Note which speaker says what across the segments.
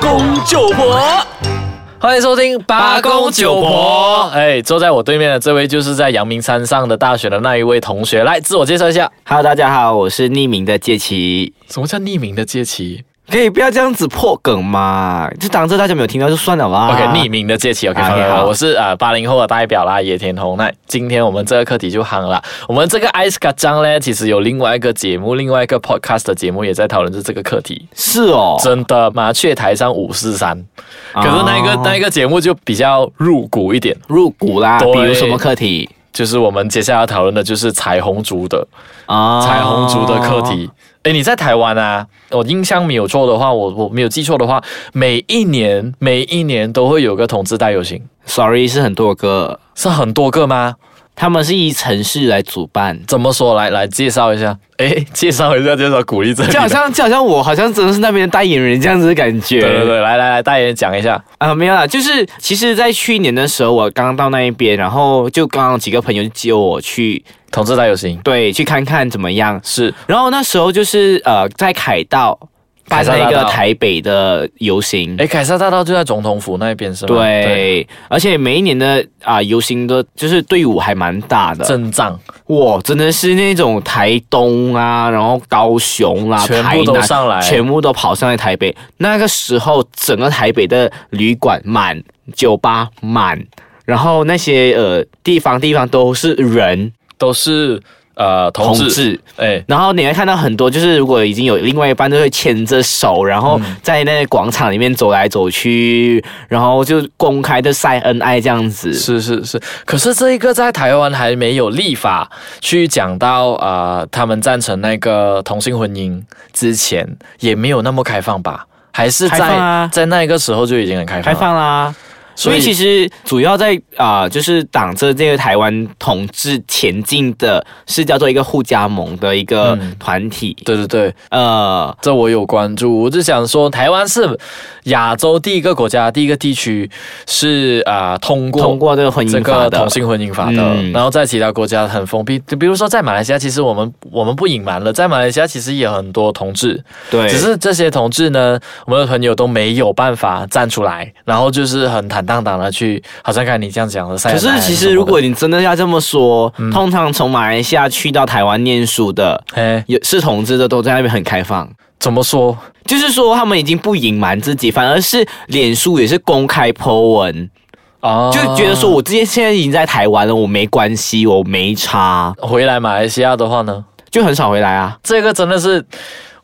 Speaker 1: 公救婆。
Speaker 2: 欢迎收听八公九
Speaker 1: 八公九
Speaker 2: 婆
Speaker 1: 婆。
Speaker 2: 哎，坐在我对面的这位就是在阳明山上的大学的那一位同学，来自我介绍一下。
Speaker 1: Hello，大家好，我是匿名的杰奇。
Speaker 2: 什么叫匿名的借奇
Speaker 1: 可以不要这样子破梗嘛？就当着大家没有听到就算了啦。
Speaker 2: ？OK，匿名的借奇。OK，
Speaker 1: 啊
Speaker 2: 好，
Speaker 1: 你好
Speaker 2: 啊好，我是呃八零后的代表啦，野田红。那今天我们这个课题就夯了。我们这个 Ice 卡章呢，其实有另外一个节目，另外一个 podcast 的节目也在讨论这个课题。
Speaker 1: 是哦，
Speaker 2: 真的，麻雀台上五四三。可是那一个、
Speaker 1: 哦
Speaker 2: 那一个节目就比较入骨一点，
Speaker 1: 入股啦。比
Speaker 2: 对
Speaker 1: 如什么课题
Speaker 2: 就是我们接下来要讨论的就是彩虹族的。
Speaker 1: 啊
Speaker 2: 彩虹族的课。题。诶，你在台湾啊？我印象没有错的话，我我没有记错的话，每一年每一年都会有个同志大游行，
Speaker 1: Sorry，是很多个，
Speaker 2: 是很多个吗？
Speaker 1: 他们是以城市来主办。
Speaker 2: 怎么说？来来介绍一下，诶，介绍一下，介绍鼓励这里的。
Speaker 1: 就好像就好像我好像真的是那边的代言人这样子的感觉。
Speaker 2: 对对对，来来来，大爷讲一下。
Speaker 1: 啊、没有啦，就是其实，在去年的时候，我刚到那一边，然后就刚刚几个朋友就接我去，
Speaker 2: 同志大游行
Speaker 1: 对，去看看怎么样。
Speaker 2: 是
Speaker 1: 然后那时候就是呃，在凯道
Speaker 2: 凯
Speaker 1: 办
Speaker 2: 撒
Speaker 1: 那
Speaker 2: 大
Speaker 1: 个
Speaker 2: 道
Speaker 1: 台北的游行，
Speaker 2: 诶，凯撒大道就在总统府那边是吗？
Speaker 1: 对，，而且每一年的啊、游行的，就是队伍还蛮大的，
Speaker 2: 阵仗
Speaker 1: 哇，真的是那种台东啊，然后高雄啦、
Speaker 2: 啊全部都
Speaker 1: 台南
Speaker 2: 上来，
Speaker 1: 全部都跑上来台北。那个时候，整个台北的旅馆满，酒吧满，然后那些呃地方地方都是人
Speaker 2: 都是呃同志，诶，
Speaker 1: 然后你会看到很多，就是如果已经有另外一半，就会牵着手，然后
Speaker 2: 嗯
Speaker 1: 在那个广场里面走来走去，然后就公开的晒恩爱这样子。
Speaker 2: 是是是，可是这一个在台湾还没有立法去讲到啊、呃他们赞成那个同性婚姻之前，也没有那么开放吧？还是
Speaker 1: 开
Speaker 2: 在、
Speaker 1: 放啊
Speaker 2: 在那个时候就已经很开放
Speaker 1: 开
Speaker 2: 了，
Speaker 1: 放啦，所以其
Speaker 2: 实
Speaker 1: 实主要在啊、就是挡着这个台湾统治前进的，是叫做一个互加盟的一个
Speaker 2: 嗯
Speaker 1: 团体。
Speaker 2: 对对对，
Speaker 1: 呃，
Speaker 2: 这我有关注，我就想说，台湾是亚洲第一个国家、第一个地区是啊、呃通过
Speaker 1: 通过这个婚
Speaker 2: 这
Speaker 1: 姻法
Speaker 2: 个
Speaker 1: 的
Speaker 2: 同，性婚姻法的，
Speaker 1: 嗯
Speaker 2: 然后在其他国家很封闭，就比如说在马来西亚，其实我们我们不隐瞒了，在马来西亚其实也有很多同志，
Speaker 1: 对，
Speaker 2: 只是这些同志呢，我们的朋友都没有办法站出来，然后就是很坦荡荡的去，好像刚才你这样讲的晒
Speaker 1: 可
Speaker 2: 恩爱哎什么的。
Speaker 1: 是
Speaker 2: 嗯
Speaker 1: 其实如果你真的要这么说，通常从马来西亚去到台湾念书的，
Speaker 2: 哎，
Speaker 1: 也是同志的都在那边很开放。
Speaker 2: 怎么说？
Speaker 1: 就是说，他们已经不隐瞒自己，反而是脸书也是公开 po 文，
Speaker 2: 哦，
Speaker 1: 就觉得说我之前现在已经在台湾了，我没关系，我没差，
Speaker 2: 回来马来西亚的话呢，
Speaker 1: 就很少回来啊。
Speaker 2: 这个真的是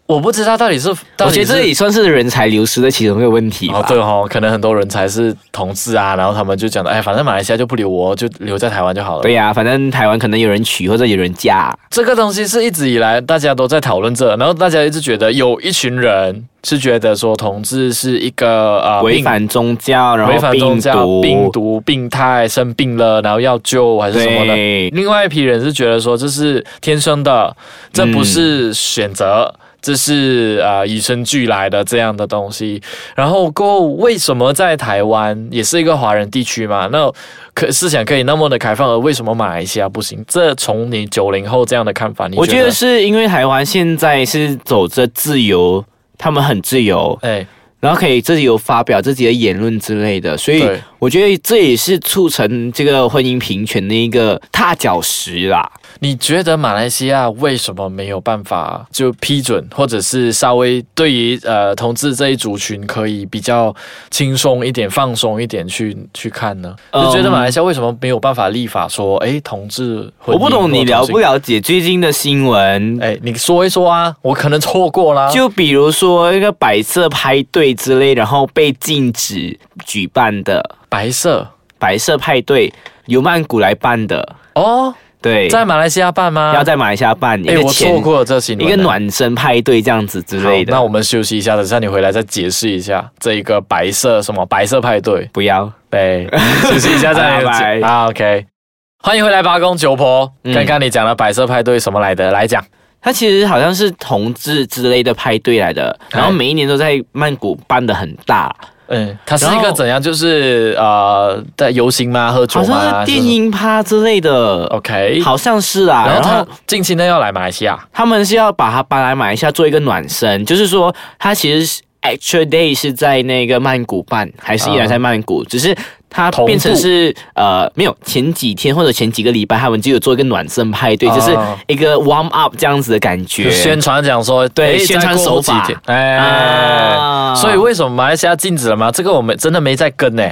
Speaker 2: 我不知道到底是，到
Speaker 1: 我
Speaker 2: 底
Speaker 1: 觉
Speaker 2: 是
Speaker 1: 得这也算是人才流失的其中一个问题吧。
Speaker 2: 哦，对哦，可能很多人才是同志啊，然后他们就讲的，哎，反正马来西亚就不留我，就留在台湾就好了。
Speaker 1: 对呀、反正台湾可能有人娶或者有人嫁，
Speaker 2: 这个东西是一直以来大家都在讨论着，然后大家一直觉得有一群人是觉得说同志是一个呃
Speaker 1: 违
Speaker 2: 病
Speaker 1: 反宗教，然后
Speaker 2: 违反宗
Speaker 1: 病
Speaker 2: 教、
Speaker 1: 毒，
Speaker 2: 病毒、病态、生病了，然后要救还是什么的。
Speaker 1: 对，
Speaker 2: 另外一批人是觉得说这是天生的，这不是选择。
Speaker 1: 嗯
Speaker 2: 这是啊、呃与生俱来的这样的东西。然后过后，为什么在台湾也是一个华人地区嘛？那可思想可以那么的开放，而为什么马来西亚不行？这从你九零后这样的看法，你
Speaker 1: 我觉
Speaker 2: 觉
Speaker 1: 得是因为台湾现在是走着自由，他们很自由，
Speaker 2: 哎，
Speaker 1: 然后可以自由发表自己的言论之类的，所以
Speaker 2: 对
Speaker 1: 我觉得这也是促成这个婚姻平权的一个踏脚石啦。
Speaker 2: 你觉得马来西亚为什么没有办法就批准，或者是稍微对于呃同志这一族群可以比较轻松一点、放松一点去去看呢？
Speaker 1: 嗯
Speaker 2: 就觉得马来西亚为什么没有办法立法说，哎，同志婚
Speaker 1: 我
Speaker 2: 姻
Speaker 1: 不懂你了不
Speaker 2: 或同
Speaker 1: 了解最近的新闻
Speaker 2: 性？，哎，你说一说啊，我可能错过啦。
Speaker 1: 就比如说一个白色派对之类，然后被禁止举办的
Speaker 2: 白色
Speaker 1: 白色派对，由曼谷来办的，
Speaker 2: 哦，
Speaker 1: 对，
Speaker 2: 在马来西亚办吗？
Speaker 1: 要在马来西亚办一
Speaker 2: 哎，
Speaker 1: 个
Speaker 2: 我
Speaker 1: 前
Speaker 2: 错过了这新闻
Speaker 1: 一
Speaker 2: 了。
Speaker 1: 个暖身派对这样子之
Speaker 2: 好
Speaker 1: 类，的
Speaker 2: 那。我们休息一下，等下你回来再解释一下这一个白色什么白色派对。
Speaker 1: 不要，
Speaker 2: 对，休息一下再
Speaker 1: 拜拜
Speaker 2: 啊，OK。欢迎回来，八公九婆。
Speaker 1: 嗯
Speaker 2: 刚刚你讲了白色派对什么来的？来讲，
Speaker 1: 它其实好像是同志之类的派对来的，
Speaker 2: 哎
Speaker 1: 然后每一年都在曼谷办的很大，
Speaker 2: 嗯，它是
Speaker 1: 然
Speaker 2: 一
Speaker 1: 后
Speaker 2: 个怎样？就是呃，在游行吗？喝酒啊
Speaker 1: 好
Speaker 2: 吗？
Speaker 1: 像是电音趴之类
Speaker 2: 是
Speaker 1: 的，
Speaker 2: OK。
Speaker 1: 好像是啊。
Speaker 2: 哦然
Speaker 1: 然
Speaker 2: 后
Speaker 1: 后
Speaker 2: 他近期呢要来马来西亚，
Speaker 1: 他们是要把它搬来马来西亚做一个暖身，就是说它其实 Actual Day 是在那个曼谷办，还是依然在曼谷？只是它
Speaker 2: 啊同步
Speaker 1: 变成是呃，没有前几天或者前几个礼拜，他们就有做一个暖身派对，
Speaker 2: 啊
Speaker 1: 就是一个 warm up 这样子的感觉
Speaker 2: 就。宣传讲说，诶
Speaker 1: 对宣传
Speaker 2: 再过
Speaker 1: 手法
Speaker 2: 几天哎、
Speaker 1: 啊
Speaker 2: 所以为什么马来西亚禁止了吗？这个我们真的没在跟呢、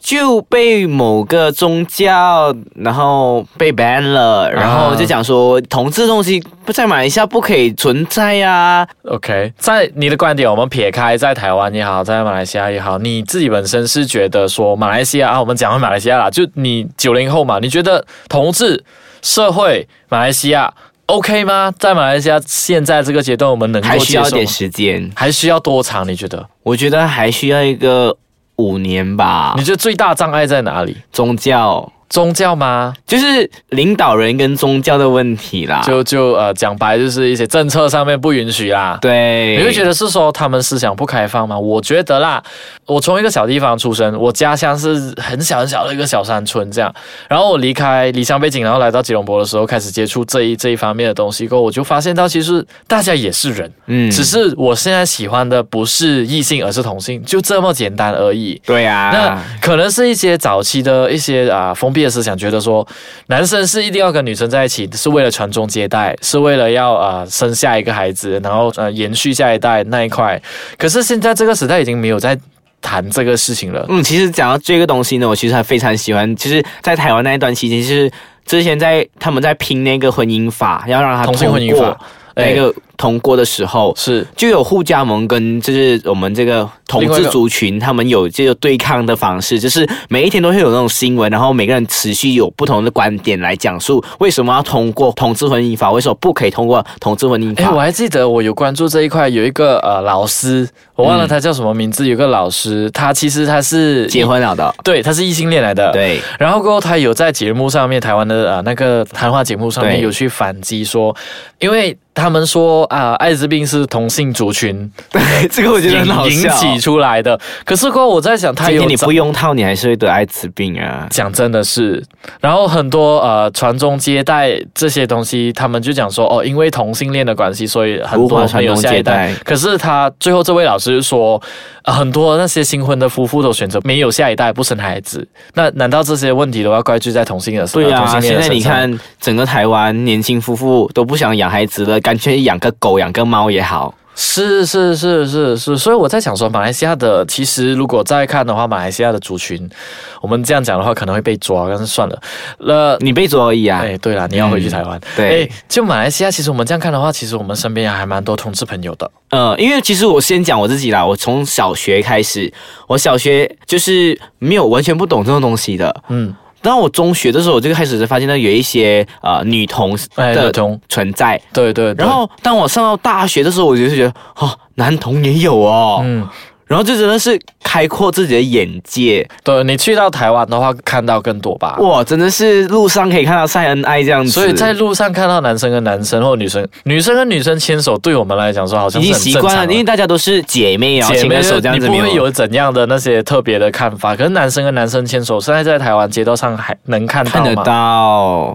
Speaker 1: 就被某个宗教，然后被 ban 了，然
Speaker 2: 啊
Speaker 1: 后就讲说同志东西不在马来西亚不可以存在呀、啊。
Speaker 2: OK，在你的观点，我们撇开在台湾也好，在马来西亚也好，你自己本身是觉得说马来西亚啊，我们讲回马来西亚啦，就你九零后嘛，你觉得同志社会马来西亚 OK 吗？在马来西亚现在这个阶段，我们能
Speaker 1: 还
Speaker 2: 够
Speaker 1: 需
Speaker 2: 接
Speaker 1: 要
Speaker 2: 受
Speaker 1: 一
Speaker 2: 吗
Speaker 1: 点？时间，
Speaker 2: 还需要多长？你觉得？
Speaker 1: 我觉得还需要一个五年吧
Speaker 2: 你。觉得最大障碍在哪里？
Speaker 1: 宗教
Speaker 2: 宗教吗？
Speaker 1: 就是领导人跟宗教的问题啦。
Speaker 2: 就就呃，讲白就是一些政策上面不允许啦。
Speaker 1: 对，
Speaker 2: 你会觉得是说他们思想不开放吗？我觉得啦，我从一个小地方出生，我家乡是很小很小的一个小山村这样。然后我离开离乡背景，然后来到吉隆坡的时候，开始接触这一这一方面的东西过后，我就发现到其实大家也是人，
Speaker 1: 嗯
Speaker 2: 只是我现在喜欢的不是异性，而是同性，就这么简单而已。
Speaker 1: 对啊，
Speaker 2: 那可能是一些早期的一些啊封闭的思想，觉得说男生是一定要跟女生在一起，是为了传宗接代，是为了要啊、生下一个孩子，然后呃延续下一代那一块。可是现在这个时代已经没有在谈这个事情了。
Speaker 1: 嗯，其实讲到这个东西呢，我其实还非常喜欢。其实，在台湾那一段期间，就是之前在他们在拼那个婚姻法，要让它
Speaker 2: 同性婚姻
Speaker 1: 通
Speaker 2: 法哎
Speaker 1: 过，那个通过的时候，
Speaker 2: 是
Speaker 1: 就有互加盟跟就是我们这个同
Speaker 2: 另外一
Speaker 1: 志
Speaker 2: 个
Speaker 1: 族群，他们有这个对抗的方式，就是每一天都会有那种新闻，然后每个人持续有不同的观点来讲述为什么要通过同志婚姻法，为什么不可以通过同志婚姻
Speaker 2: 哎，我
Speaker 1: 法。
Speaker 2: 还记得我有关注这一块，有一个呃老师，我忘了他叫什么名字，有个老师，他其实他是
Speaker 1: 结，婚了的，
Speaker 2: 对，他是异性恋来的，
Speaker 1: 对，
Speaker 2: 然后过后，他有在节目上面，台湾的啊、呃那个谈话节目上面
Speaker 1: 对
Speaker 2: 有去反击说，因为他们说啊、艾滋病是同性族群
Speaker 1: 这个我觉
Speaker 2: 引
Speaker 1: 得很好
Speaker 2: 引
Speaker 1: 笑。
Speaker 2: 起出来的。可是过后我在想，他
Speaker 1: 今
Speaker 2: 有
Speaker 1: 天你
Speaker 2: 找
Speaker 1: 不用套，你还是会得艾滋病啊。
Speaker 2: 讲真的是，然后很多呃传宗接代这些东西，他们就讲说哦，因为同性恋的关系，所以很
Speaker 1: 无
Speaker 2: 多
Speaker 1: 法
Speaker 2: 没
Speaker 1: 传
Speaker 2: 有
Speaker 1: 宗
Speaker 2: 下一
Speaker 1: 接代
Speaker 2: 代。可是他最后这位老师就说、呃很多那些新婚的夫妇都选择没有下一代，不生孩子。那难道这些问题都要怪罪在同性的身
Speaker 1: 对
Speaker 2: 同性
Speaker 1: 啊，
Speaker 2: 恋
Speaker 1: 现
Speaker 2: 的
Speaker 1: 在你
Speaker 2: 身上吗
Speaker 1: 看整个台湾年轻夫妇都不想养孩子了，干脆养个狗、养个猫也好。
Speaker 2: 是是是是是，所以我在想说，马来西亚的其实如果再看的话，马来西亚的族群，我们这样讲的话可能会被抓，但是算了。那
Speaker 1: 你被捉而已啊。
Speaker 2: 哎，对了，你要回去台湾。
Speaker 1: 对
Speaker 2: 哎，就马来西亚，其实我们这样看的话，其实我们身边还蛮多同志朋友的。
Speaker 1: 呃，因为其实我先讲我自己啦，我从小学开始，我小学就是没有完全不懂这种东西的。
Speaker 2: 嗯，
Speaker 1: 然后我中学的时候，我就开始发现到有一些呃女同
Speaker 2: 哎，
Speaker 1: 的
Speaker 2: 女同，
Speaker 1: 存在。
Speaker 2: 对对对。
Speaker 1: 然后当我上到大学的时候，我就是觉得哦，男同也有哦，
Speaker 2: 嗯，
Speaker 1: 然后就真的是开阔自己的眼界。
Speaker 2: 对你去到台湾的话，看到更多吧。
Speaker 1: 哇，真的是路上可以看到晒恩爱这样子，
Speaker 2: 所以在路上看到男生跟男生或女生，女生跟女生牵手，对我们来讲说好
Speaker 1: 已
Speaker 2: 像是
Speaker 1: 经
Speaker 2: 很
Speaker 1: 习
Speaker 2: 正
Speaker 1: 惯
Speaker 2: 常
Speaker 1: 了，
Speaker 2: 的
Speaker 1: 因为大家都是姐妹啊，
Speaker 2: 姐
Speaker 1: 牵
Speaker 2: 妹
Speaker 1: 个手这样子
Speaker 2: 你不
Speaker 1: 没
Speaker 2: 会
Speaker 1: 有
Speaker 2: 有怎样的那些特别的看法。可是男生跟男生牵手，现在在台湾街道上还能看到
Speaker 1: 看得
Speaker 2: 吗？
Speaker 1: 到。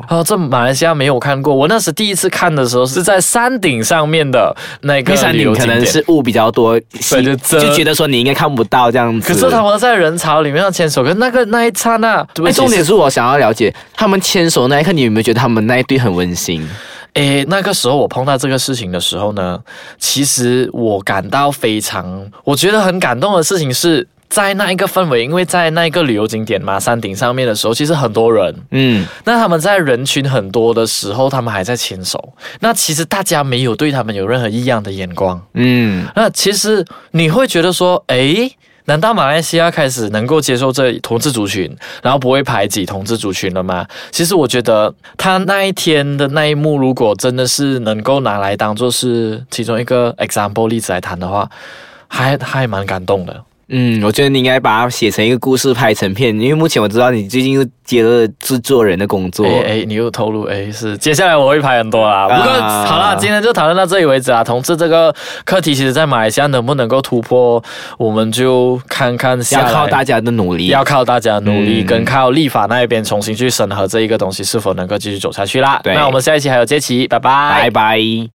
Speaker 2: 哦，这马来西亚没有看过。我那时第一次看的时候是在山顶上面的那个
Speaker 1: 因为山
Speaker 2: 旅
Speaker 1: 顶
Speaker 2: 游景
Speaker 1: 可能
Speaker 2: 点，
Speaker 1: 是雾比较多，
Speaker 2: 对就遮
Speaker 1: 觉得说你应该看不到这样子。
Speaker 2: 可是他们在人潮里面要牵手，可是那个那一刹那，对不
Speaker 1: 哎，
Speaker 2: 起，
Speaker 1: 重点是我想要了解他们牵手那一刻，你有没有觉得他们那一对很温馨？
Speaker 2: 诶，哎那个时候我碰到这个事情的时候呢，其实我感到非常，我觉得很感动的事情是。在那一个氛围，因为在那一个旅游景点嘛，山顶上面的时候，其实很多人，
Speaker 1: 嗯，
Speaker 2: 那他们在人群很多的时候，他们还在牵手。那其实大家没有对他们有任何异样的眼光。
Speaker 1: 嗯，
Speaker 2: 那其实你会觉得说，诶，难道马来西亚开始能够接受这同志族群，然后不会排挤同志族群了吗？其实我觉得他那一天的那一幕，如果真的是能够拿来当做是其中一个 example 例子来谈的话，还还蛮感动的。
Speaker 1: 嗯，我觉得你应该把它写成一个故事，拍成片。因为目前我知道你最近又接了制作人的工作。
Speaker 2: 哎哎，你又透露哎，是接下来我会拍很多啦。不过、
Speaker 1: 啊
Speaker 2: 好啦，今天就讨论到这里为止啊。同志这个课题，其实在马来西亚能不能够突破，我们就看看下
Speaker 1: 要
Speaker 2: 来
Speaker 1: 靠大家的努力，
Speaker 2: 要靠大家努力，
Speaker 1: 嗯
Speaker 2: 跟靠立法那一边重新去审核这一个东西是否能够继续走下去啦。
Speaker 1: 对
Speaker 2: 那我们下一期还有这期，拜拜
Speaker 1: 拜拜。